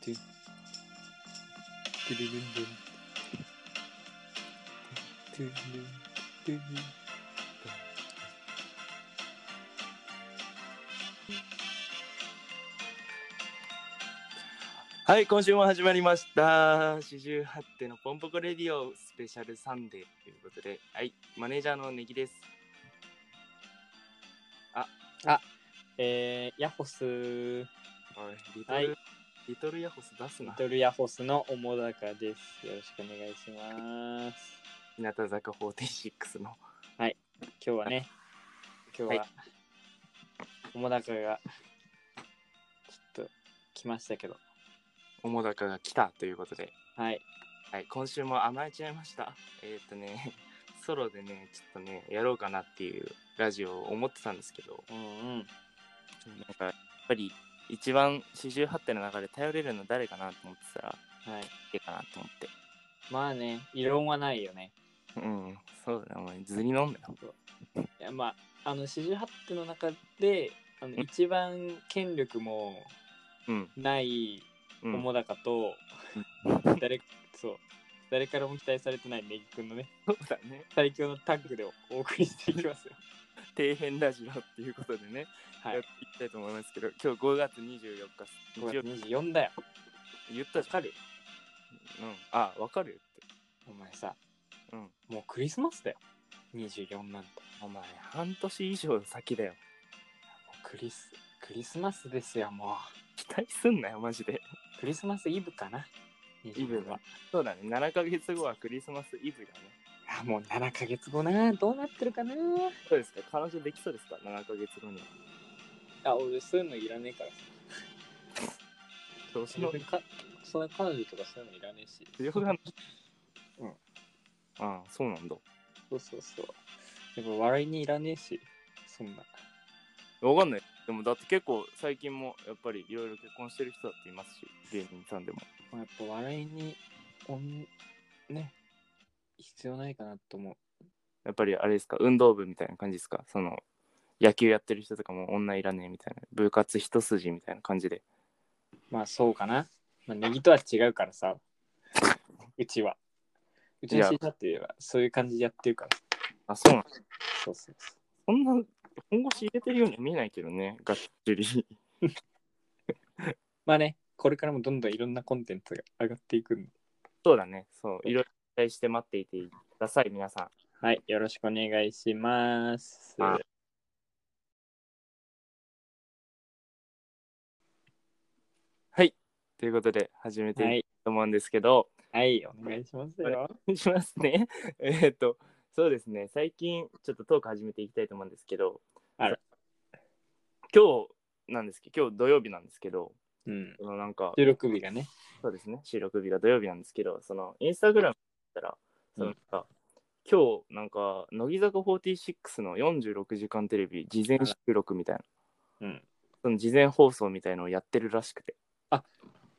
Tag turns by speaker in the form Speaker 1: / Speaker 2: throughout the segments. Speaker 1: て。てるるんるん。てるるんてるるん。はい、今週も始まりました。四十八手のポンポコレディオスペシャルサンデーということで、はい、マネージャーのネギです。
Speaker 2: えー、ヤホス、リ
Speaker 1: はい、リトル、
Speaker 2: はい
Speaker 1: リトルヤホス出すな。
Speaker 2: トルヤホスのおもだかです。よろしくお願いします。
Speaker 1: 日向坂46の。
Speaker 2: 今日はね、今日
Speaker 1: は
Speaker 2: は、おもだかが、ちょっと来ましたけど、
Speaker 1: おもだかが来たということで、
Speaker 2: はい。
Speaker 1: はい、今週も甘えちゃいました。えーっ、とね、 ソロでね、ちょっとね、やろうかなっていうラジオを思ってたんですけど、
Speaker 2: うんうん。
Speaker 1: なんかやっぱり一番四十八手の中で頼れるの誰かなと思ってたら、
Speaker 2: はい。
Speaker 1: いいかなと思って。
Speaker 2: まあね、異論はないよね。
Speaker 1: うん、そうだね、お前、ずり飲んだよ。
Speaker 2: いや、まあ、あの、四十八手の中で、あの、一番権力も
Speaker 1: うん、
Speaker 2: ない
Speaker 1: う
Speaker 2: お
Speaker 1: ん、
Speaker 2: もだかと、誰、そう、誰からも期待されてないネギくんのね、
Speaker 1: そうだね。
Speaker 2: 最強のタッグでお送りしていき ますよ。
Speaker 1: 底辺ラジオっていうことでね、
Speaker 2: はい
Speaker 1: やっ。ていきたいと思いますけど、今日5月24日、
Speaker 2: 5
Speaker 1: 日曜
Speaker 2: 月
Speaker 1: 日
Speaker 2: 24だよ。
Speaker 1: 言ったじゃん。
Speaker 2: る
Speaker 1: うん、あ、わかるよって。
Speaker 2: お前さ、
Speaker 1: うん、
Speaker 2: もうクリスマスだよ。24なんて。
Speaker 1: お前、半年以上先だよ。
Speaker 2: もうクリス、クリスマスですよ、も
Speaker 1: 期待すんなよ、マジで。
Speaker 2: う。クリスマスイブかな。
Speaker 1: イブ
Speaker 2: は
Speaker 1: は。。そうだね、7ヶ月後はクリスマスイブだね。
Speaker 2: あ、もう7ヶ月後な。どうなってるかな。
Speaker 1: そうですか、彼女できそうですか、7ヶ月後に。
Speaker 2: あ、俺そういうのいらねえからさ。
Speaker 1: 調子の
Speaker 2: 別にかそんな彼女とかそういうのいらねえし。
Speaker 1: 強が
Speaker 2: うん。
Speaker 1: ああ、そうなんだ。
Speaker 2: そうそうそう。でも笑いにいらねえし、そんな。
Speaker 1: わかんない。でもだって結構最近もやっぱりいろいろ結婚してる人だっていますし、芸人さんでも。
Speaker 2: まあ、やっぱ笑いに、おん、ね、必要ないかなと思う。
Speaker 1: やっぱりあれですか、運動部みたいな感じですか、その野球やってる人とかも女いらねえみたいな、部活一筋みたいな感じで。
Speaker 2: まあそうかな。まあ、ネギとは違うからさ。うちは。うち
Speaker 1: い
Speaker 2: の
Speaker 1: や
Speaker 2: 新社っていうのはそういう感じでやってるから。
Speaker 1: あ、そうなんだ。
Speaker 2: そうそうそ
Speaker 1: そんな本腰入れてるようには見えないけどね、がっつり。
Speaker 2: う。まあね、これからもどんどんいろんなコンテンツが上がっていくんで。
Speaker 1: そうだね、そう、いろいろ期待して待っていてください、皆さん。
Speaker 2: はい、よろしくお願いします。
Speaker 1: は
Speaker 2: はい
Speaker 1: はい、ということで始めていきたい
Speaker 2: い、
Speaker 1: と思うんですけど、
Speaker 2: はい、お願いしますよ。
Speaker 1: お願いしますね。 えーっと、そうですね、最近ちょっとトーク始めていきたいと思うんですけど、
Speaker 2: あら
Speaker 1: 今日なんですけど、今日土曜日なんですけど、
Speaker 2: うん。
Speaker 1: そのなんか、
Speaker 2: 収録日がね。
Speaker 1: そうですね、収録日が土曜日なんですけど、そのインスタグラム見たら、その
Speaker 2: う
Speaker 1: なんんか、今日なんか、乃木坂46の46時間テレビ、事前収録みたいな、
Speaker 2: うん。
Speaker 1: その事前放送みたいのをやってるらしくて、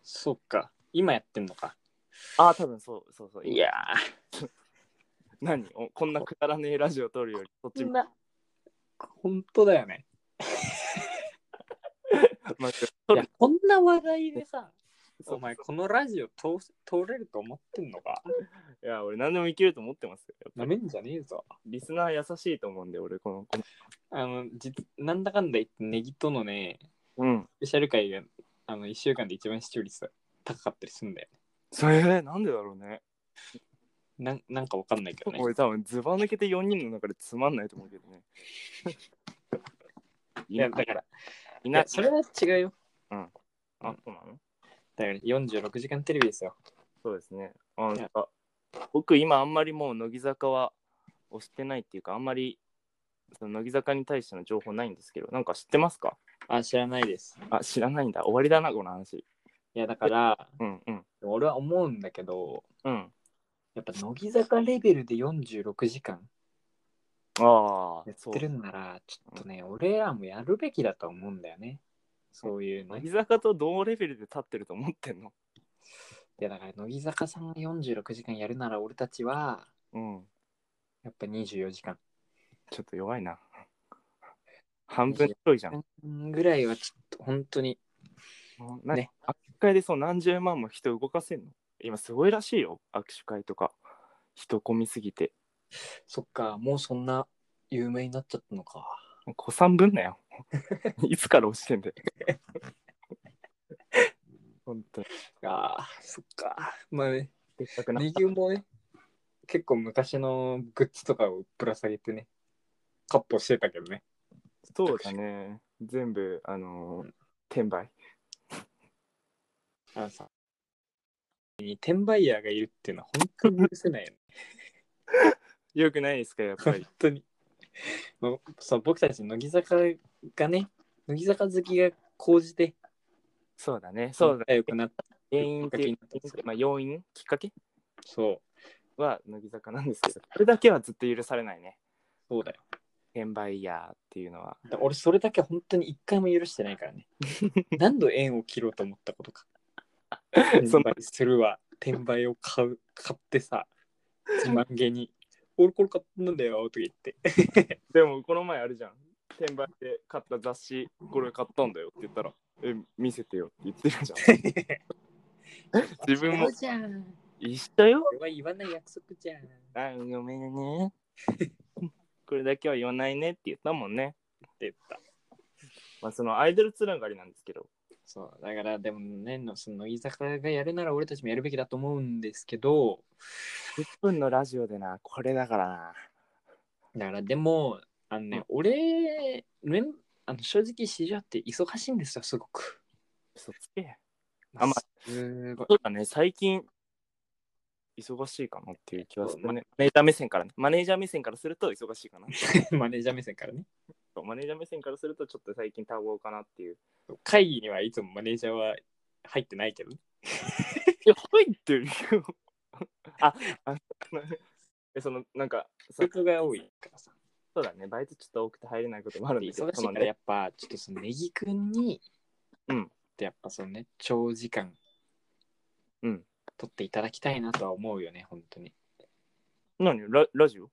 Speaker 2: そっか。今やってんのか。
Speaker 1: ああ、多分そうそうそう、
Speaker 2: いや
Speaker 1: 何おこんなくだらねえラジオ撮る より、そっち
Speaker 2: ー、な、本当だよね。
Speaker 1: まず
Speaker 2: い
Speaker 1: 撮
Speaker 2: や
Speaker 1: る、
Speaker 2: こんな話題でさ、
Speaker 1: そう
Speaker 2: お前、このラジオ通す通れると思ってんのか。
Speaker 1: いや、俺何でもいけると思ってますよ。やっぱ
Speaker 2: なめんじゃねえぞ。
Speaker 1: リスナー優しいと思うんで、俺この、こ
Speaker 2: あの、じなんだかんだ言って、ネギとのね、
Speaker 1: のうん。
Speaker 2: スペシャル会が、あの、1週間で一番視聴率高かったりするんだよ
Speaker 1: それ、なんでだろうね。
Speaker 2: ね。なんなんかわかんないけどね。
Speaker 1: 俺多分、ズバ抜けて4人の中でつまんないと思うけど ね。い
Speaker 2: いや、
Speaker 1: や、
Speaker 2: だから、
Speaker 1: い
Speaker 2: い
Speaker 1: ない
Speaker 2: や、。それは違うよ。
Speaker 1: あ、そうなの
Speaker 2: だから、46時間テレビですよ。
Speaker 1: そうですね。あ
Speaker 2: いや
Speaker 1: なんか僕、今あんまりもう乃木坂は推してないっていうか、あんまりその乃木坂に対しての情報ないんですけど、なんか知ってますか
Speaker 2: あ、知らないです。
Speaker 1: あ、知らないんだ。終わりだな、この話。
Speaker 2: いや、だから、
Speaker 1: うんうん。
Speaker 2: 俺は思うんだけど、
Speaker 1: うん。
Speaker 2: やっぱ、乃木坂レベルで46時間
Speaker 1: ああ
Speaker 2: や、っ
Speaker 1: そう
Speaker 2: て。るんなら、ちょっとね、俺らもやるべきだと思うんだよね。そういう
Speaker 1: 乃
Speaker 2: ね。
Speaker 1: 木坂と同レベルで立ってると思ってんの
Speaker 2: いや、だから、乃木坂さんが46時間やるなら、俺たちは、
Speaker 1: うん。
Speaker 2: やっぱ24時間。
Speaker 1: ちょっと弱いな。半分ちょいじゃん。
Speaker 2: ぐらいはちょっと本当に
Speaker 1: 何
Speaker 2: ね
Speaker 1: あ会でそう何十万も人動かせんの今すごいらしいよ握手会とか人混みすぎて
Speaker 2: そっか、もうそんな有名になっちゃったのか。
Speaker 1: 子さんぶんなよ いつから落ちてん だよ本当に
Speaker 2: ああ、そっか。まあね、
Speaker 1: でっかくな
Speaker 2: ネギもね、結構昔のグッズとかをぶら下げてね、カッポしてたけどね。
Speaker 1: そうだね全部あのー転売
Speaker 2: あのさ、転売ヤーがいるっていうのは本当に許せないよね。
Speaker 1: よくないですかやっぱ
Speaker 2: 本
Speaker 1: り
Speaker 2: 当に。もうそう僕たち乃木坂がね、乃木坂好きが講じて、
Speaker 1: そうだねそうだ
Speaker 2: 仲良くなった。
Speaker 1: 原因っていう
Speaker 2: きっかけ
Speaker 1: まあ要因きっかけ
Speaker 2: そう、
Speaker 1: は乃木坂なんですけどこれだけはずっと許されないね
Speaker 2: そうだよ。
Speaker 1: 転売ヤーっていうのは
Speaker 2: だ俺、それだけ本当に一回も許してないから ね。何度縁を切ろうと思ったことか。転
Speaker 1: その
Speaker 2: 売するわ。転売を買う、買ってさ、自慢げに。俺これ買ったんだよとか言って。
Speaker 1: でもこの前あるじゃん。転売で買った雑誌、これ買ったんだよって言ったら、え、見せてよって言ってるじゃん。 自分も
Speaker 2: そうじゃん。
Speaker 1: 一緒よ。
Speaker 2: 俺は言わない約束じゃん。
Speaker 1: あ、ごめんね。 これだけは言わないねって言ったもんね。
Speaker 2: って言った。
Speaker 1: まあそのアイドルつながりなんですけど。
Speaker 2: そう、だからでもね、のその乃木坂がやるなら俺たちもやるべきだと思うんですけど、
Speaker 1: 1分のラジオでな、これだからな。
Speaker 2: だからでも、あのね、
Speaker 1: うん
Speaker 2: 俺、メンあの正直、市場って忙しいんですよ、すごく。
Speaker 1: 嘘つけ。あまあ
Speaker 2: すごい
Speaker 1: そうだね、最近、忙しいかなっていう気はするね。マネージャー目線からね。マネージャー目線からすると忙しいかな。
Speaker 2: マネージャー目線からね。
Speaker 1: マネージャー目線からするとちょっと最近多忙かなっていう。
Speaker 2: 会議にはいつもマネージャーは入ってないけどね。
Speaker 1: いや、入ってるよ。あ、あのえその、なんか、そ
Speaker 2: 仕事が多いからさ。
Speaker 1: そうだね、バイトちょっと多くて入れないこともあるんだけど、
Speaker 2: 忙しい
Speaker 1: そ
Speaker 2: か
Speaker 1: の
Speaker 2: らや
Speaker 1: ね
Speaker 2: っぱ、ちょっとそのネギくんに、
Speaker 1: うん。
Speaker 2: やっぱそのね、長時間、
Speaker 1: うん。
Speaker 2: 取っていただきたいなとは思うよね、本当に。
Speaker 1: 何ララジオ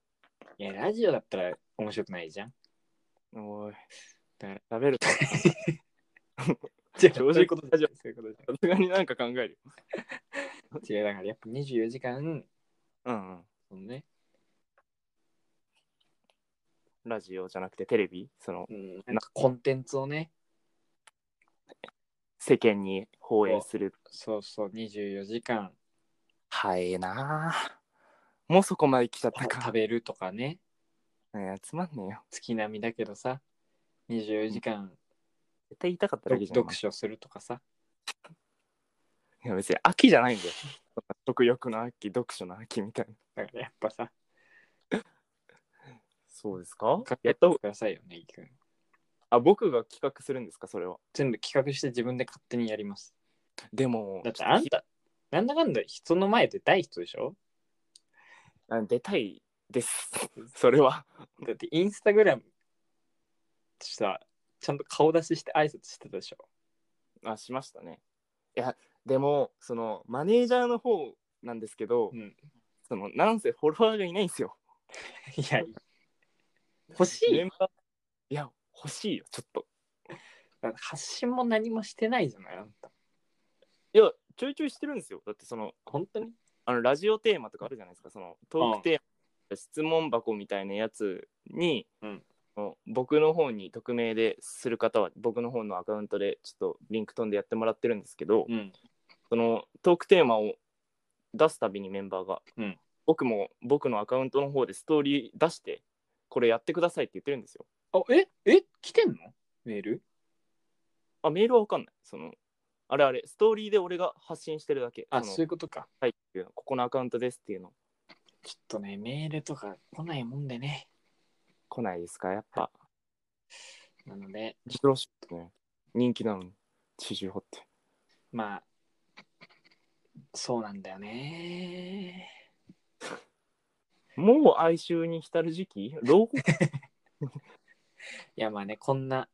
Speaker 2: いや、ラジオだったら面白くない じゃん。
Speaker 1: おい
Speaker 2: だから。
Speaker 1: 食べるか。さ
Speaker 2: じゃ
Speaker 1: あそういうことじゃん
Speaker 2: そういうことじ
Speaker 1: すがになんか考えるよ。
Speaker 2: ゃん。違う、だからやっぱ24時間、
Speaker 1: うん、うん。
Speaker 2: そのね、
Speaker 1: ラジオじゃなくてテレビ、その、
Speaker 2: うん、なんかコンテンツをね、
Speaker 1: 世間に放映する。
Speaker 2: そうそう、24時間
Speaker 1: 早えなあもうそこまで来ちゃった
Speaker 2: 食
Speaker 1: か。
Speaker 2: べるとかね、
Speaker 1: ねえつまんねえよ。
Speaker 2: 月並みだけどさ、24時間
Speaker 1: 絶対言いたかっただ
Speaker 2: 読
Speaker 1: けじゃん。
Speaker 2: 読書するとかさ、
Speaker 1: いや、別に秋じゃないんだよ。食欲の秋、読書の秋みたいな。
Speaker 2: だからやっぱさ、
Speaker 1: そうですか
Speaker 2: 考
Speaker 1: や
Speaker 2: え
Speaker 1: ってと、
Speaker 2: くださいよね、いくん。
Speaker 1: あ、僕が企画するんですか、それは。
Speaker 2: 全部企画して自分で勝手にやります。
Speaker 1: でも、
Speaker 2: だってあんた、なんだかんだ人の前で大人でしょ
Speaker 1: あ出たいです。 それは。
Speaker 2: だってインスタグラムさ、ちゃんと顔出しして挨拶してたでしょ
Speaker 1: あ、しましたね。いや、でも、その、マネージャーの方なんですけど、
Speaker 2: うん
Speaker 1: その、なんせフォロワーがいないんですよ。
Speaker 2: いや、欲しい
Speaker 1: メンバーいや、欲しいよ、ちょっと。
Speaker 2: だって発信も何もしてないじゃないあんた。
Speaker 1: いや、ちょいちょいしてるんですよ。だって、その、
Speaker 2: 本当に
Speaker 1: あのラジオテーマとかあるじゃないですか、そのトークテーマ、質問箱みたいなやつに、
Speaker 2: うん
Speaker 1: もう僕の方に匿名でする方は、僕の方のアカウントでちょっとリンク飛んでやってもらってるんですけど、
Speaker 2: うん。
Speaker 1: そのトークテーマを出すたびにメンバーが、
Speaker 2: うん
Speaker 1: 僕も僕のアカウントの方でストーリー出して、これやってくださいって言ってるんですよ。
Speaker 2: あ、ええ来てんのメール
Speaker 1: あ、メールはわかんない。そのあれあれ、ストーリーで俺が発信してるだけ。
Speaker 2: あ、
Speaker 1: その
Speaker 2: そういうことか。
Speaker 1: はいっていうの、ここのアカウントですっていうの、
Speaker 2: ちょっとね、メールとか来ないもんでね。
Speaker 1: 来ないですか、やっぱ。
Speaker 2: なので、
Speaker 1: 珍しいですね。人気なのに、四十八って。
Speaker 2: まあ、そうなんだよね。
Speaker 1: もう哀愁に浸る時期老後
Speaker 2: いや、まあね、こんな、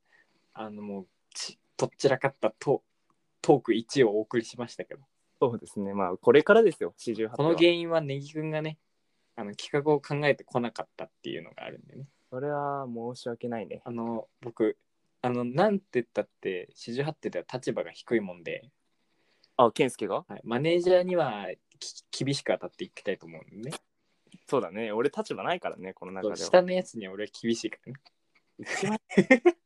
Speaker 2: あの、もう、ちとっちらかったトトーク1をお送りしましたけど、
Speaker 1: そうですね。まあ、これからですよ、四十八
Speaker 2: この原因はネギくんがね、あの企画を考えてこなかったっていうのがあるんでね。
Speaker 1: それは申し訳ないね。
Speaker 2: あの、僕、あの、なんて言ったって、四十八手では立場が低いもんで、
Speaker 1: あ、健介が
Speaker 2: はい、マネージャーにはき厳しく当たっていきたいと思うんでね。
Speaker 1: そうだね。俺立場ないからね、この中では。
Speaker 2: 下のやつには俺は厳しいからね。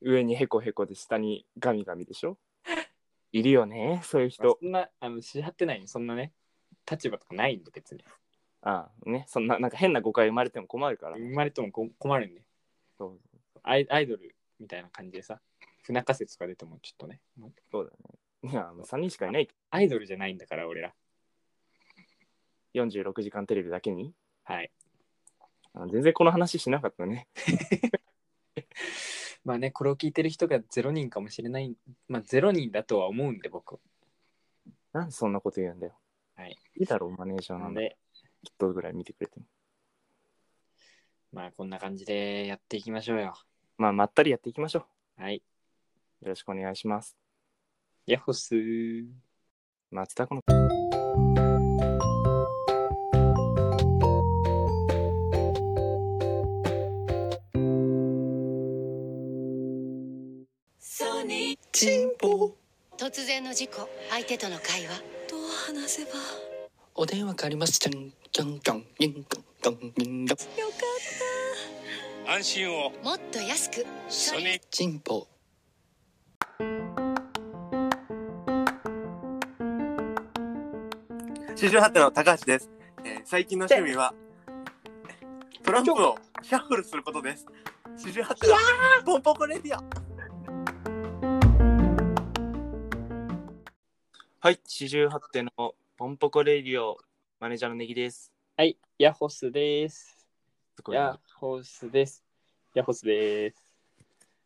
Speaker 1: 上にヘコヘコで下にガミガミでしょいるよね、そういう人。
Speaker 2: そんな、あの、しはってないそんなね、立場とかないんで別に。
Speaker 1: ああね、そんな、なんか変な誤解生まれても困るから。
Speaker 2: 生まれてもこ困るんで。
Speaker 1: そう
Speaker 2: アイアイドルみたいな感じでさ、不仲説が出てもちょっとね。
Speaker 1: そうだね。いや、もう3人しかいない。
Speaker 2: アイドルじゃないんだから、俺ら。
Speaker 1: 46時間テレビだけに。
Speaker 2: はい。
Speaker 1: あ全然この話しなかったね。
Speaker 2: まあね、これを聞いてる人が0人かもしれない、まあ0人だとは思うんで、僕。
Speaker 1: なんでそんなこと言うんだよ。
Speaker 2: はい。
Speaker 1: いいだろう、マネージャ
Speaker 2: な
Speaker 1: ーな
Speaker 2: の
Speaker 1: んで。
Speaker 2: で、
Speaker 1: きっとぐらい見てくれても。
Speaker 2: まあこんな感じでやっていきましょうよ。
Speaker 1: まあ、まったりやっていきましょ
Speaker 2: はい。
Speaker 1: う。よろしくお願いします。
Speaker 2: ヤッホスー。
Speaker 1: 松田この。
Speaker 3: ソニー
Speaker 4: チンポ
Speaker 3: 突然の事故相手との会話
Speaker 4: どう話せばお電話変わりますじゃんじゃんじゃんじゃんじゃんじゃんじゃん
Speaker 5: 安心を
Speaker 3: もっと安く
Speaker 5: ソニー
Speaker 4: チンポ
Speaker 6: 四十八手の高橋です、えー最近の趣味はトランプをシャッフルすることです四十八手のポンポコレディア
Speaker 1: はい、四十八手のポンポコレディオ、マネージャーのネギです。
Speaker 2: はい、ヤッホスです。
Speaker 1: すごい、
Speaker 2: ヤッ
Speaker 1: ね。
Speaker 2: ホスです。ヤッホスです。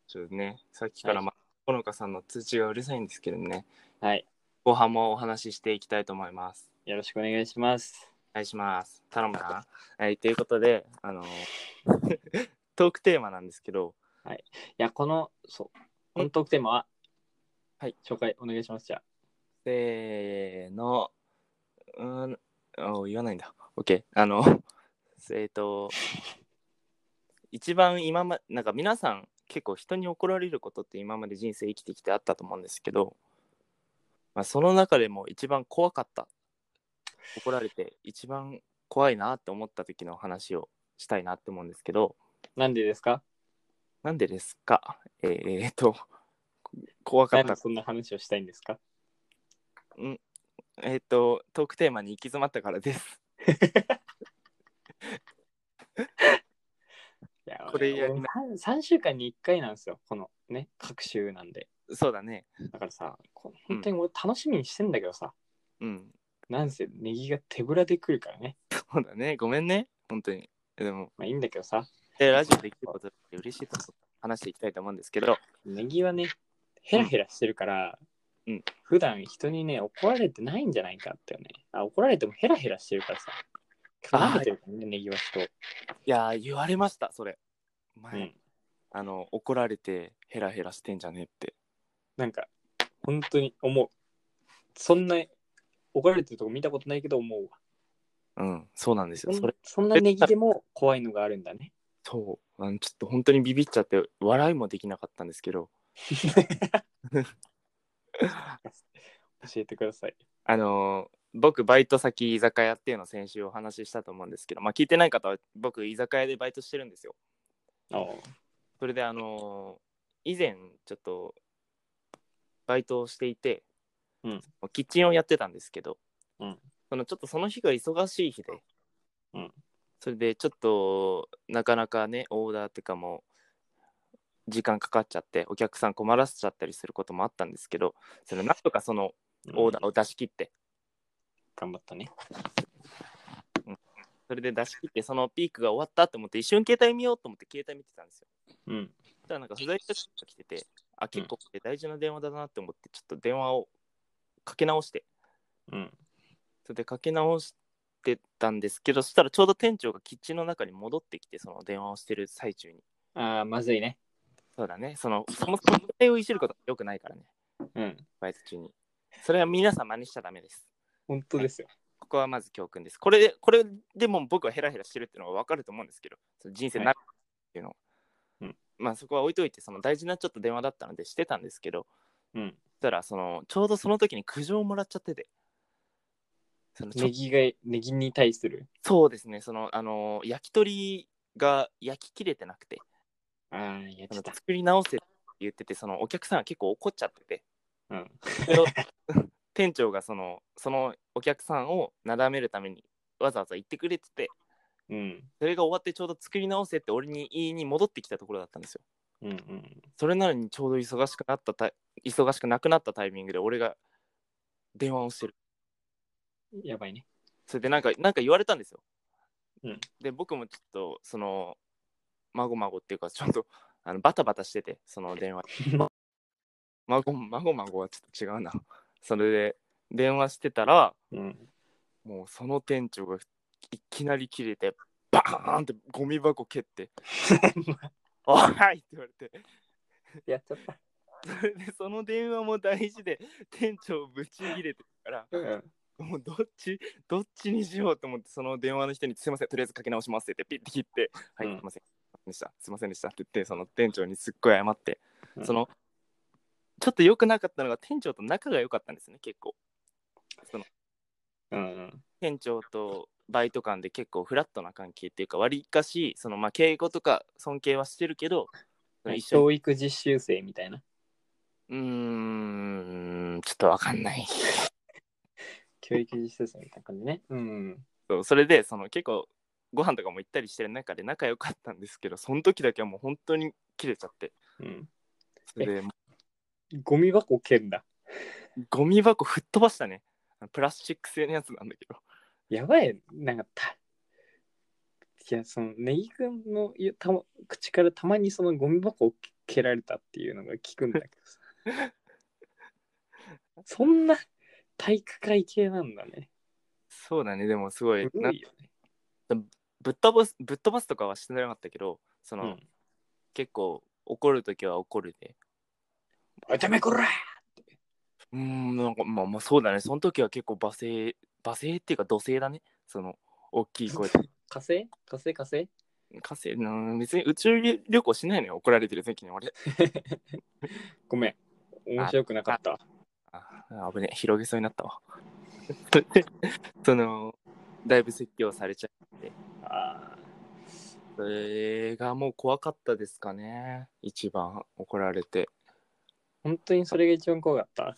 Speaker 1: ちょっとね、さっきから、まほのかさんの通知がうるさいんですけどね。
Speaker 2: はい。
Speaker 1: 後半もお話ししていきたいと思います。
Speaker 2: よろしくお願いします。
Speaker 1: お願いします。頼むな。はい、ということで、あのトー クテーマなんですけど、
Speaker 2: いや、この、そう、このトークテーマは、
Speaker 1: はい、
Speaker 2: 紹介お願いします。じゃあ、
Speaker 1: せーの、うーん、あ言わないんだ。OK。あの、えっと、一番今ま、なんか皆さん結構人に怒られることって今まで人生生きてきてあったと思うんですけど、まあ、その中でも一番怖かった。怒られて一番怖いなって思った時の話をしたいなって思うんですけど、
Speaker 2: なんでですか
Speaker 1: なんでですかえー、っと、怖か
Speaker 2: な
Speaker 1: っ
Speaker 2: ん
Speaker 1: た
Speaker 2: で。そんな話をしたいんですか
Speaker 1: えーっと、トークテーマに行き詰まったからです。
Speaker 2: いや
Speaker 1: これやりな
Speaker 2: 3週間に1回なんですよ、このね、各週なんで。
Speaker 1: そうだね。
Speaker 2: だからさ、こ本当に俺楽しみにしてんだけどさ、
Speaker 1: うん。
Speaker 2: なんせネギが手ぶらで来るからね。
Speaker 1: そうだね。ごめんね。本当に。でも、
Speaker 2: まあいいんだけどさ、
Speaker 1: でラジオできることって嬉しいと思う話していきたいと思うんですけど、
Speaker 2: ネギはね、ヘラヘラしてるから、
Speaker 1: うん
Speaker 2: 普段人にね、怒られてないんじゃないかってよね。あ、怒られてもヘラヘラしてるからさ。
Speaker 1: あー
Speaker 2: 舐めてるからね、ネギは人を。
Speaker 1: いやー、言われました、それ。前、
Speaker 2: うん。
Speaker 1: あの、怒られて、ヘラヘラしてんじゃねえって。
Speaker 2: なんか、本当に思う。そんな、怒られてるとこ見たことないけど思うわ。
Speaker 1: うん、そうなんです
Speaker 2: そ
Speaker 1: よ。そ
Speaker 2: ん
Speaker 1: れ、
Speaker 2: そんなネギでも怖いのがあるんだね。
Speaker 1: そう。あのちょっと本当にビビっちゃって、笑いもできなかったんですけど、
Speaker 2: 教えてください。
Speaker 1: あのー僕、バイト先、居酒屋っていうのを先週お話ししたと思うんですけど、まあ、聞いてない方は、僕、居酒屋でバイトしてるんですよ。
Speaker 2: あ
Speaker 1: それであのー以前ちょっとバイトをしていて、
Speaker 2: うん
Speaker 1: キッチンをやってたんですけど、
Speaker 2: うん
Speaker 1: そのちょっとその日が忙しい日で、
Speaker 2: うん
Speaker 1: それでちょっとなかなかねオーダーってかも時間かかっちゃってお客さん困らせちゃったりすることもあったんですけどそれなんとかそのオーダーを出し切って、
Speaker 2: 頑張ったね。
Speaker 1: それで出し切ってそのピークが終わったと思って一瞬携帯見ようと思って携帯見てたんですよ
Speaker 2: うん。
Speaker 1: ただなんか不在者が来てて、あ、結構これ大事な電話だなって思って、ちょっと電話をかけ直して、
Speaker 2: うん。
Speaker 1: それでかけ直してたんですけど、そしたらちょうど店長がキッチンの中に戻ってきて、その電話をしてる最中に。
Speaker 2: ああ、まずいね。
Speaker 1: そうだね、その、そもそも携帯をいじることは良くないからね、
Speaker 2: うん。
Speaker 1: バイト中に。それは皆さん真似しちゃダメです。
Speaker 2: 本当ですよ。
Speaker 1: ここはまず教訓です。これ、これでも僕はヘラヘラしてるっていうのは分かると思うんですけど、その人生なるっていうの、
Speaker 2: うん
Speaker 1: まあそこは置いといて、その大事なちょっと電話だったのでしてたんですけど、
Speaker 2: うん。
Speaker 1: したら、その、ちょうどその時に苦情をもらっちゃってて。そのちょ
Speaker 2: ネギがネギに対する
Speaker 1: そうですね、その、あの、焼き鳥が焼き切れてなくて、
Speaker 2: ああやっ
Speaker 1: あ
Speaker 2: て
Speaker 1: の
Speaker 2: た
Speaker 1: 作り直せって言ってて、そのお客さんは結構怒っちゃってて、
Speaker 2: うん
Speaker 1: それを 店長がその、そのお客さんをなだめるためにわざわざ言ってくれてて、
Speaker 2: うん
Speaker 1: それが終わってちょうど作り直せって俺に言いに戻ってきたところだったんですよ。
Speaker 2: うんうん
Speaker 1: それなのにちょうど忙しくなったた、忙しくなくなったタイミングで俺が電話をしてる。
Speaker 2: やばいね
Speaker 1: それでなんか、なんか言われたんですよ。
Speaker 2: うん
Speaker 1: で、僕もちょっと、その、まごまごっていうか、ちょっと、 あのバタバタしてて、その 電話。まご、まごまごはちょっと違うな。それで、電話してたら、
Speaker 2: うん
Speaker 1: もうその店長がいきなり切れて、バーンってゴミ箱蹴って、 おいって言われて、
Speaker 2: やっちゃった
Speaker 1: それでその電話も大事で、店長をぶち切れてるから、
Speaker 2: うん
Speaker 1: もうどっち、どっちにしようと思って、その電話の人に、すいません、とりあえずかけ直しますって言って、ピッて切って、は
Speaker 2: うん
Speaker 1: い、すいません、でした、すいませんでしたって言って、その店長にすっごい謝って、
Speaker 2: うん
Speaker 1: その、ちょっと良くなかったのが、店長と仲が良かったんですね、結構。その、
Speaker 2: うん
Speaker 1: 店長とバイト間で結構フラットな関係っていうか、割りかし、その、まあ、敬語とか尊敬はしてるけど、その一緒に
Speaker 2: 教育実習生みたいな
Speaker 1: うーん、ちょっとわかんない。
Speaker 2: 教育実習生みたいな感じねうん
Speaker 1: そうそれでその結構ご飯とかも行ったりしてる中で仲良かったんですけどその時だけはもう本当に切れちゃって
Speaker 2: うん
Speaker 1: それでも
Speaker 2: ゴミ箱蹴んだ
Speaker 1: うゴミ箱吹っ飛ばしたねあのプラスチック製のやつなんだけど
Speaker 2: やばい、なんかた。いや、その、ネギ君のいやた、ま、口からたまにそのゴミ箱を蹴蹴られたっていうのが聞くんだけどさ。 そんな体育会系なんだね。
Speaker 1: そうだねでもすごい
Speaker 2: す
Speaker 1: な
Speaker 2: ごいよね。
Speaker 1: ぶっ飛ばすぶっ飛ばすとかはしてなかったけどその、
Speaker 2: うん
Speaker 1: 結構怒る時は怒るで
Speaker 2: おためこら
Speaker 1: うーんなんかまあまあそうだねその時は結構罵声罵声っていうか土星だねその大きい声で
Speaker 2: 火星火星火星
Speaker 1: 火星うん別に宇宙旅行しないのよ怒られてる時に俺
Speaker 2: ごめん。面白くなかった。
Speaker 1: あ危ねえ広げそうになったわ。 それでそのだいぶ説教されちゃって
Speaker 2: ああ
Speaker 1: それがもう怖かったですかね一番怒られて
Speaker 2: 本当にそれが一番怖かった。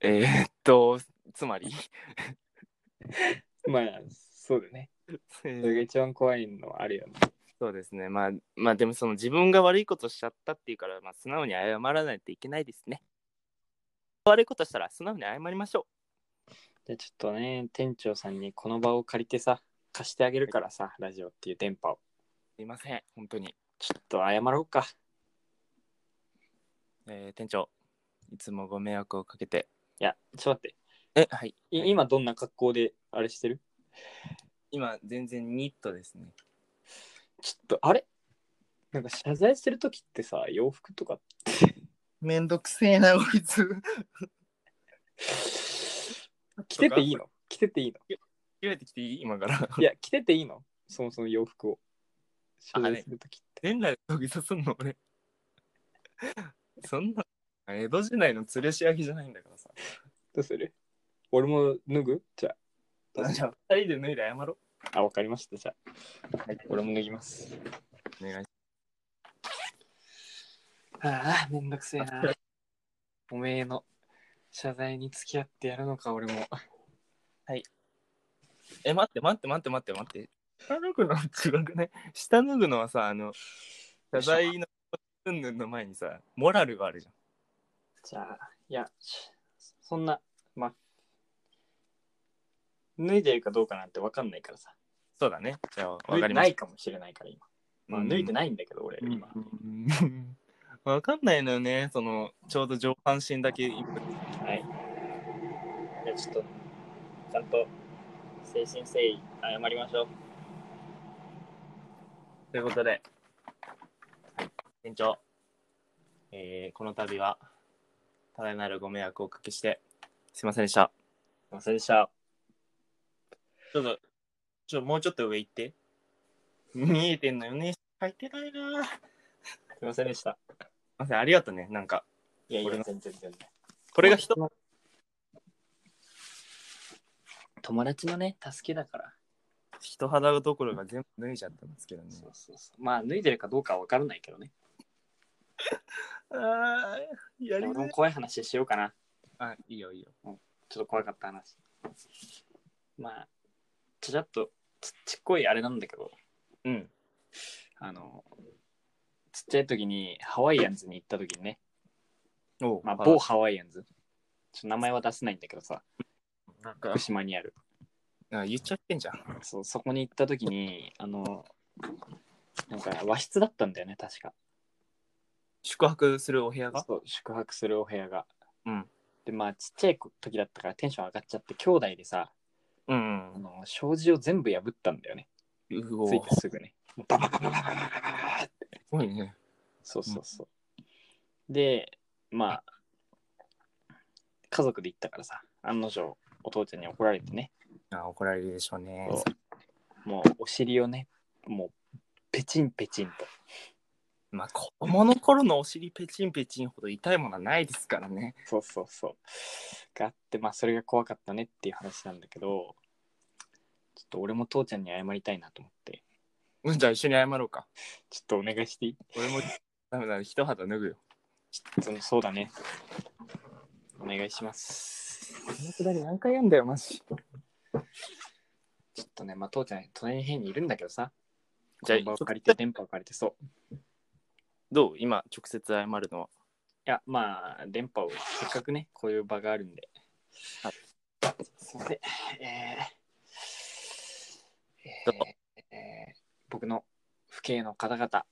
Speaker 1: えー、っとつまり、
Speaker 2: まあ、そうだね。それが一番怖いのはあるよね。
Speaker 1: そうですねまあまあでもその自分が悪いことしちゃったっていうから、まあ、素直に謝らないといけないですね悪いことしたら素直に謝りましょ
Speaker 2: じゃあちょっとね、店長さんにこの場を借りてさ、貸してあげるからさ、ラジオっていう電波を。
Speaker 1: うすいません本当に、
Speaker 2: ちょっと謝ろうか。
Speaker 1: えー店長いつもご迷惑をかけて
Speaker 2: いや、ちょっと待って。
Speaker 1: えはい
Speaker 2: い
Speaker 1: はい
Speaker 2: 今どんな格好であれしてる
Speaker 1: 今全然ニットですね
Speaker 2: ちょっと、あれなんか謝罪するときってさ、洋服とかって。
Speaker 1: めんどくせえな、こいつ。
Speaker 2: 着てていいの着てていいの
Speaker 1: 切れてきていい今から。
Speaker 2: いや、着てていいのそもそも洋服を。謝罪するときって。
Speaker 1: 年来の時刺すんの俺。そんな、江戸時代の吊るし上げじゃないんだからさ。
Speaker 2: どうする俺も脱ぐじゃ
Speaker 1: じゃあ、二人で脱いで謝ろ
Speaker 2: あ、あ、わかりました。じゃあ、俺も脱ぎます。
Speaker 1: う。お願いし
Speaker 2: ああ、めんどくせえな。おめえの謝罪に付き合ってやるのか、俺も。
Speaker 1: え、待って、待って、待って、待って、待って。下脱ぐの違くない下脱ぐのはさ、あの、謝罪のうんぬんの前にさ、モラルがあるじゃん。
Speaker 2: じゃあ、いや、しそんな、まあ、脱いでるかどうかなんて分かんないからさ。
Speaker 1: そうだね。じゃあ、
Speaker 2: 脱
Speaker 1: わ
Speaker 2: いで
Speaker 1: かりま
Speaker 2: な
Speaker 1: し
Speaker 2: いかもしれないから、今。まあ、脱いでないんだけど、俺、
Speaker 1: うん
Speaker 2: 今。
Speaker 1: うんわかんないのよね。その、ちょうど上半身だけ。
Speaker 2: はい。じゃあ、ちょっと、ちゃんと、誠心誠意、謝りましょう。
Speaker 1: ということで、店長、えーこの度は、多大なるご迷惑をおかけして、すいませんでした。
Speaker 2: すいませんでした。
Speaker 1: ちょっと、ちょっともうちょっと上行って。見えてんのよね。入ってないな
Speaker 2: すいませんでした。
Speaker 1: まさにありがとうね。なんか、
Speaker 2: いやいや、
Speaker 1: 俺の
Speaker 2: 全然全然。
Speaker 1: これが人、
Speaker 2: 友達のね、助けだから。
Speaker 1: 人肌どころが全部脱いじゃったんですけどね。
Speaker 2: そうそうそう。まあ、脱いでるかどうかは分からないけどね。
Speaker 1: ああ、や
Speaker 2: 俺も怖い話しようかな。
Speaker 1: あ、いいよいいよ。
Speaker 2: ちょっと怖かった話。まあ、ちゃちゃっとちちっこいあれなんだけど、
Speaker 1: うん。
Speaker 2: あの、ちっちゃい時にハワイアンズに行った時にね、
Speaker 1: おう
Speaker 2: まあ、某ハワイアンズ。ちょっと名前は出せないんだけどさ、
Speaker 1: なんか
Speaker 2: 福、島にある。
Speaker 1: あ言っちゃってんじゃん。
Speaker 2: そうそこに行った時に、あの、なんか和室だったんだよね、確か。
Speaker 1: 宿泊するお部屋が。
Speaker 2: そう宿泊するお部屋が。
Speaker 1: うん
Speaker 2: で、まあ、ちっちゃい時だったからテンション上がっちゃって、兄弟でさ、
Speaker 1: うん
Speaker 2: あ。の障子を全部破ったんだよね。
Speaker 1: うお
Speaker 2: つ
Speaker 1: す
Speaker 2: いてすぐね。もうババババババババババって
Speaker 1: ごいね。
Speaker 2: そうそうそう。で、まあ、家族で行ったからさ、案の定、お父ちゃんに怒られてね、
Speaker 1: あ怒られるでしょうね。
Speaker 2: もうお尻をね、もう、ペチンペチンと。
Speaker 1: まあ、子供の頃のお尻ペチンペチンほど痛いものはないですからね。
Speaker 2: そうそうそう。があって、まあ、それが怖かったねっていう話なんだけど、ちょっと俺も父ちゃんに謝りたいなと思って、
Speaker 1: うん、じゃあ一緒に謝ろうか。
Speaker 2: ちょっとお願いしていい
Speaker 1: 俺も、ダメだ、一肌脱ぐよ。
Speaker 2: そのそうだね。お願いします。
Speaker 1: このくだり何回やんだよ、マジ。
Speaker 2: ちょっとね、まあ、父ちゃん、隣の部屋にいるんだけどさ、
Speaker 1: じゃあ
Speaker 2: 電波を借りて、電波を借りて、そう。
Speaker 1: どう今、直接謝るのは。
Speaker 2: いや、まあ、電波を、せっかくね、こういう場があるんで。
Speaker 1: はい
Speaker 2: すいません。えー
Speaker 1: どうぞ
Speaker 2: えーえー僕の父兄の方々、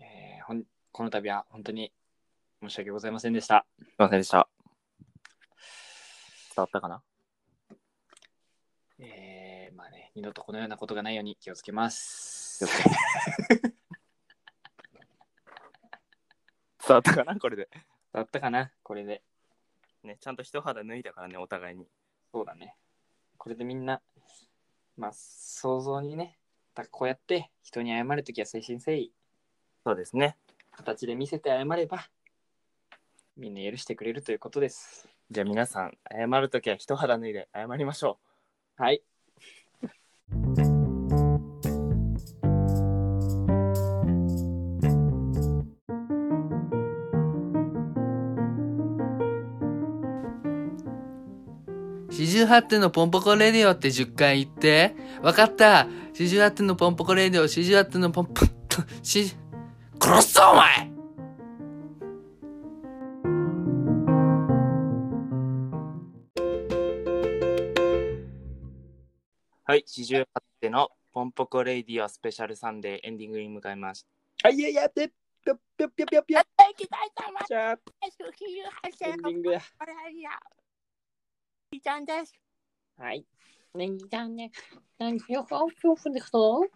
Speaker 2: えーほん、この度は本当に申し訳ございませんでした。
Speaker 1: すいませんでした。伝わったかな
Speaker 2: えーまあね、二度とこのようなことがないように気をつけます。
Speaker 1: 伝わったかなこれで。
Speaker 2: だったかなこれで。
Speaker 1: ね、ちゃんと一肌脱いだからね、お互いに。
Speaker 2: そうだね。これでみんな、まあ、想像にね、だからこうやって人に謝るときは誠心誠意、
Speaker 1: そうですね。
Speaker 2: 形で見せて謝れば、みんな許してくれるということです。
Speaker 1: じゃあ皆さん、謝るときは一肌脱いで謝りましょ
Speaker 2: はい。
Speaker 7: 四十八点のポンポコレディオって10回言って。わかった四十八点のポンポコレディオ、四十八点のポンポ、 し、殺すぞお前
Speaker 1: う。はい、四十八手のポンポコレイディオスペシャルサンデーエンディングに向かいます。
Speaker 8: あ、いやいや、で、ぴょぴょぴょぴょぴょ。
Speaker 9: 期待在吗？
Speaker 8: じゃあ、
Speaker 9: 是七月还是
Speaker 8: エンディングだ。
Speaker 9: 我来呀？一张的，
Speaker 2: はい。
Speaker 9: 那一张的，那你要好舒服的头。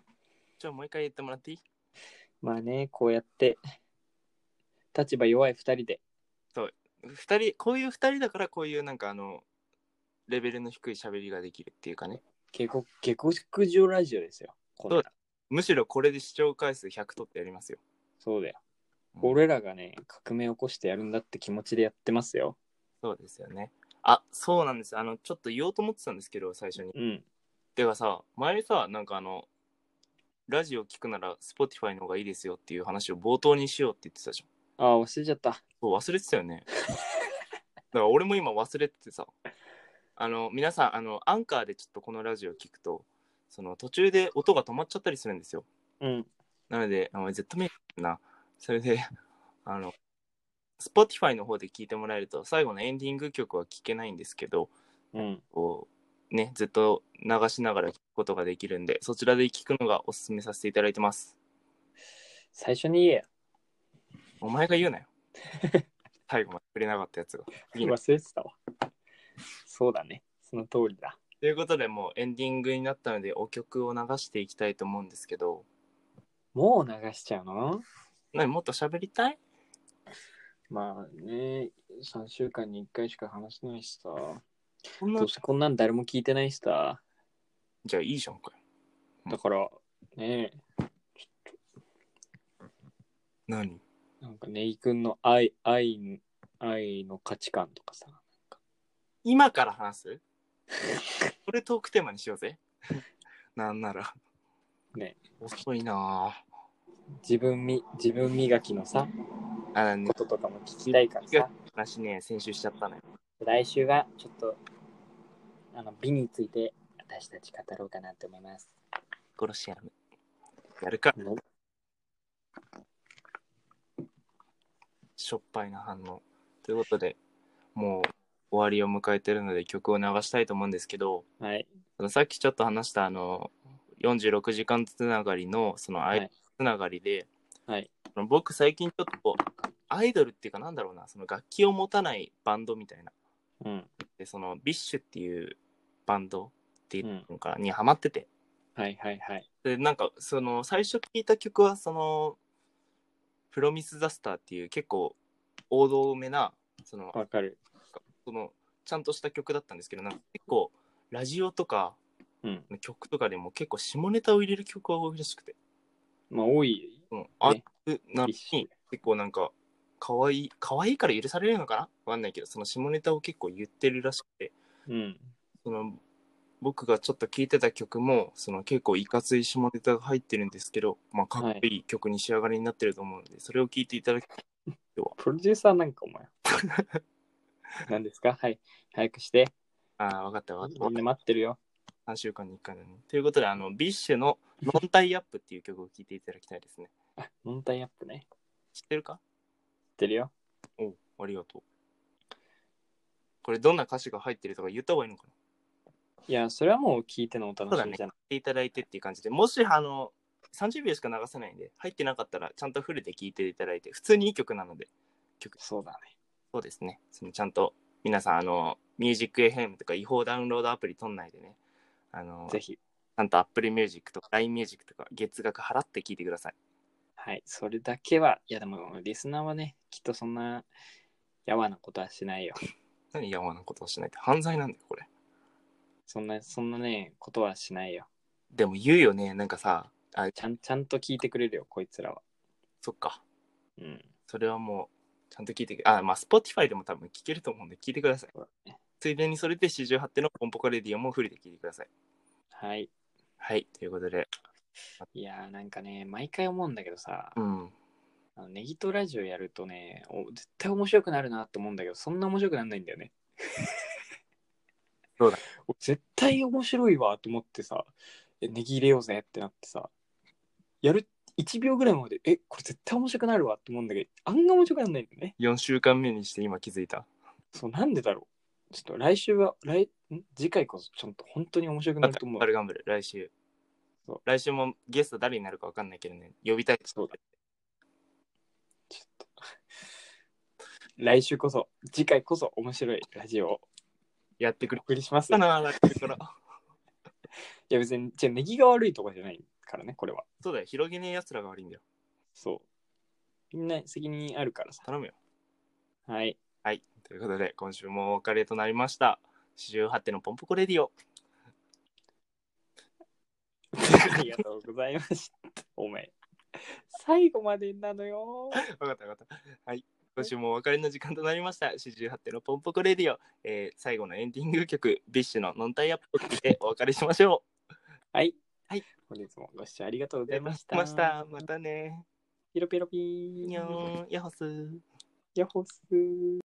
Speaker 1: ちょ、もう一回言ってもらっていい
Speaker 2: まあね、こうやって、立場弱い二人で、
Speaker 1: 二人、こういう二人だから、こういうなんかあの、レベルの低い喋りができるっていうかね。
Speaker 2: 下克下克上ラジオですよ。これ
Speaker 1: そうむしろこれで視聴回数100取ってやりますよ。
Speaker 2: そうだよ。
Speaker 1: うん
Speaker 2: 俺らがね、革命を起こしてやるんだって気持ちでやってますよ。
Speaker 1: そうですよね。あ、そうなんです。あの、ちょっと言おうと思ってたんですけど、最初に。
Speaker 2: うん。
Speaker 1: てかさ、前さ、なんかあの、ラジオ聞くなら Spotify の方がいいですよっていう話を冒頭にしようって言ってたじゃん。
Speaker 2: ああ、忘れちゃった。
Speaker 1: そう、忘れてたよね。だから俺も今忘れててさ。あの、皆さん、あの、アンカーでちょっとこのラジオ聞くと、その途中で音が止まっちゃったりするんですよ。
Speaker 2: うん。
Speaker 1: なので、あの絶対見えな。それで、 あの、Spotify の方で聞いてもらえると、最後のエンディング曲は聞けないんですけど、
Speaker 2: うん。
Speaker 1: こう、ね、ずっと流しながら聞くことができるんで、そちらで聞くのがおすすめさせていただいてます。
Speaker 2: 最初に言えよ。
Speaker 1: お前が言うなよ。最後まで触れなかったやつが。いいね
Speaker 2: 忘れてたわ。そうだね。その通りだ。
Speaker 1: ということで、もうエンディングになったので、お曲を流していきたいと思うんですけど、
Speaker 2: もう流しちゃうの
Speaker 1: 何もっと喋りたい
Speaker 2: まあね、3週間に1回しか話せないしさ。
Speaker 1: そんな
Speaker 2: どうせこんなん誰も聞いてないしさ。
Speaker 1: じゃあいいじゃんかよ。
Speaker 2: だから、ねえ、ちょっと
Speaker 1: 何
Speaker 2: なんかねいくんの愛愛愛の価値観とかさ
Speaker 1: 今から話 すこれトークテーマにしようぜ。 なんなら。
Speaker 2: ね。
Speaker 1: 遅いなぁ。
Speaker 2: 自分み自分磨きのさ
Speaker 1: あのね
Speaker 2: こ、ととかも聞きたいからさ
Speaker 1: 話ね、先週しちゃったね。
Speaker 2: 来週はちょっとあの美について私たち語ろうかなと思います
Speaker 1: 殺しやめ。やるか。しょっぱいな反応。ということで、もう終わりを迎えてるので曲を流したいと思うんですけど、
Speaker 2: はい
Speaker 1: あのさっきちょっと話したあの46時間つながりのそのアイドルつながりで、
Speaker 2: はい
Speaker 1: あの僕最近ちょっとこうアイドルっていうかなんだろうなその楽器を持たないバンドみたいな
Speaker 2: うん
Speaker 1: でそのビッシュっていうバンドっていうのか、にハマってて
Speaker 2: はいはいはい
Speaker 1: でなんかその最初聴いた曲はその「プロミス・ザ・スター」っていう結構王道めなその
Speaker 2: わかる
Speaker 1: そのちゃんとした曲だったんですけどなんか結構ラジオとか
Speaker 2: うん
Speaker 1: の曲とかでも結構下ネタを入れる曲が多いらしくて、
Speaker 2: まあ多い
Speaker 1: うん、あ
Speaker 2: ね
Speaker 1: なのに
Speaker 2: 一緒
Speaker 1: 結構なんか可愛い可愛いから許されるのかなわかんないけどその下ネタを結構言ってるらしくて
Speaker 2: うん
Speaker 1: その僕がちょっと聴いてた曲もその結構いかつい下ネタが入ってるんですけど、まあ、かっこいい曲に仕上がりになってると思うので、それを聴いていただき
Speaker 2: プロデューサーなんかお前 何ですかはい早くして
Speaker 1: ああ分かった分かった
Speaker 2: みんな待ってるよ
Speaker 1: 3週間に1回だねということであのビッシュの「ノンタイアップ」っていう曲を聴いていただきたいですね
Speaker 2: 問題アップね
Speaker 1: 知ってるか
Speaker 2: 知ってるよ
Speaker 1: おうありがとう。これどんな歌詞が入ってるとか言った方がいいのかない
Speaker 2: やそれはもう聞いてのお楽
Speaker 1: そうだ
Speaker 2: し
Speaker 1: ね。
Speaker 2: みじ
Speaker 1: 買
Speaker 2: ゃ
Speaker 1: っ
Speaker 2: ない
Speaker 1: ていただいてっていう感じで、もしあの、30秒しか流せないんで、入ってなかったらちゃんとフルで聴いていただいて、普通にいい曲なので、
Speaker 2: そうだね
Speaker 1: そうですね。そのちゃんと皆さん、あの、ミュージック FM とか違法ダウンロードアプリ取んないでね、あの、
Speaker 2: ぜひ
Speaker 1: ちゃんと Apple Music とか LINE Music とか月額払って聴いてください。
Speaker 2: はいそれだけはいやでもリスナーはねきっとそんなやわなことはしないよ
Speaker 1: 何やわなことをしないって犯罪なんだよ、これ。
Speaker 2: そんなそんなねことはしないよ
Speaker 1: でも言うよね、なんかさ、あ、
Speaker 2: ちゃんちゃんと聞いてくれるよこいつらは
Speaker 1: そっか。
Speaker 2: うん
Speaker 1: それはもう、ちゃんと聞いてく、あ、まあ、Spotify でも多分聞けると思うんで、聞いてください。
Speaker 2: そうだね
Speaker 1: ついでにそれで四十八手のポンポコレディオもフルで聞いてください。
Speaker 2: はい
Speaker 1: はい、ということで、
Speaker 2: いやーなんかね毎回思うんだけどさ
Speaker 1: うん、
Speaker 2: あのネギトラジオやるとねお絶対面白くなるなって思うんだけどそんな面白くならないんだよね
Speaker 1: そうだ
Speaker 2: お絶対面白いわと思ってさえネギ入れようぜってなってさやる1秒ぐらいまでえこれ絶対面白くなるわって思うんだけど案が面白くならないんだよね
Speaker 1: 四週間目にして今気づいた。
Speaker 2: そうなんでだろうちょっと来週は来ん次回こそちゃんと本当に面白くな
Speaker 1: 頑
Speaker 2: ると思
Speaker 1: 張
Speaker 2: う
Speaker 1: る頑張る、来週
Speaker 2: そう。
Speaker 1: 来週もゲスト誰になるかわかんないけどね、呼びたい。
Speaker 2: そうだちょっと来週こそ次回こそ面白いラジオを
Speaker 1: やってく
Speaker 2: お
Speaker 1: れ
Speaker 2: 送りします
Speaker 1: たな、来週から。
Speaker 2: いや別に、じゃあネギが悪いとかじゃないからね、これは。
Speaker 1: そうだよ、広げねえ奴らが悪いんだよ。
Speaker 2: そう。みんな責任あるからさ。
Speaker 1: 頼むよ。
Speaker 2: はい。
Speaker 1: はい、ということで、今週もお別れとなりました。四十八手のポンポコレディオ。
Speaker 2: ありがとうございました。お前。最後までなのよ。
Speaker 1: わかったわかった。はい。今週もお別れの時間となりました。四十八手のポンポコレディオ、えー最後のエンディング曲、ビッシュのノンタイアップを聴いてお別れしましょ
Speaker 2: はい。
Speaker 1: はい。
Speaker 2: 本日もご視聴ありがとうご
Speaker 1: う。
Speaker 2: ざいました。
Speaker 1: ました。またね。
Speaker 2: ピロピロピー。
Speaker 1: にょーん、やほすー。
Speaker 2: ヤッホースー。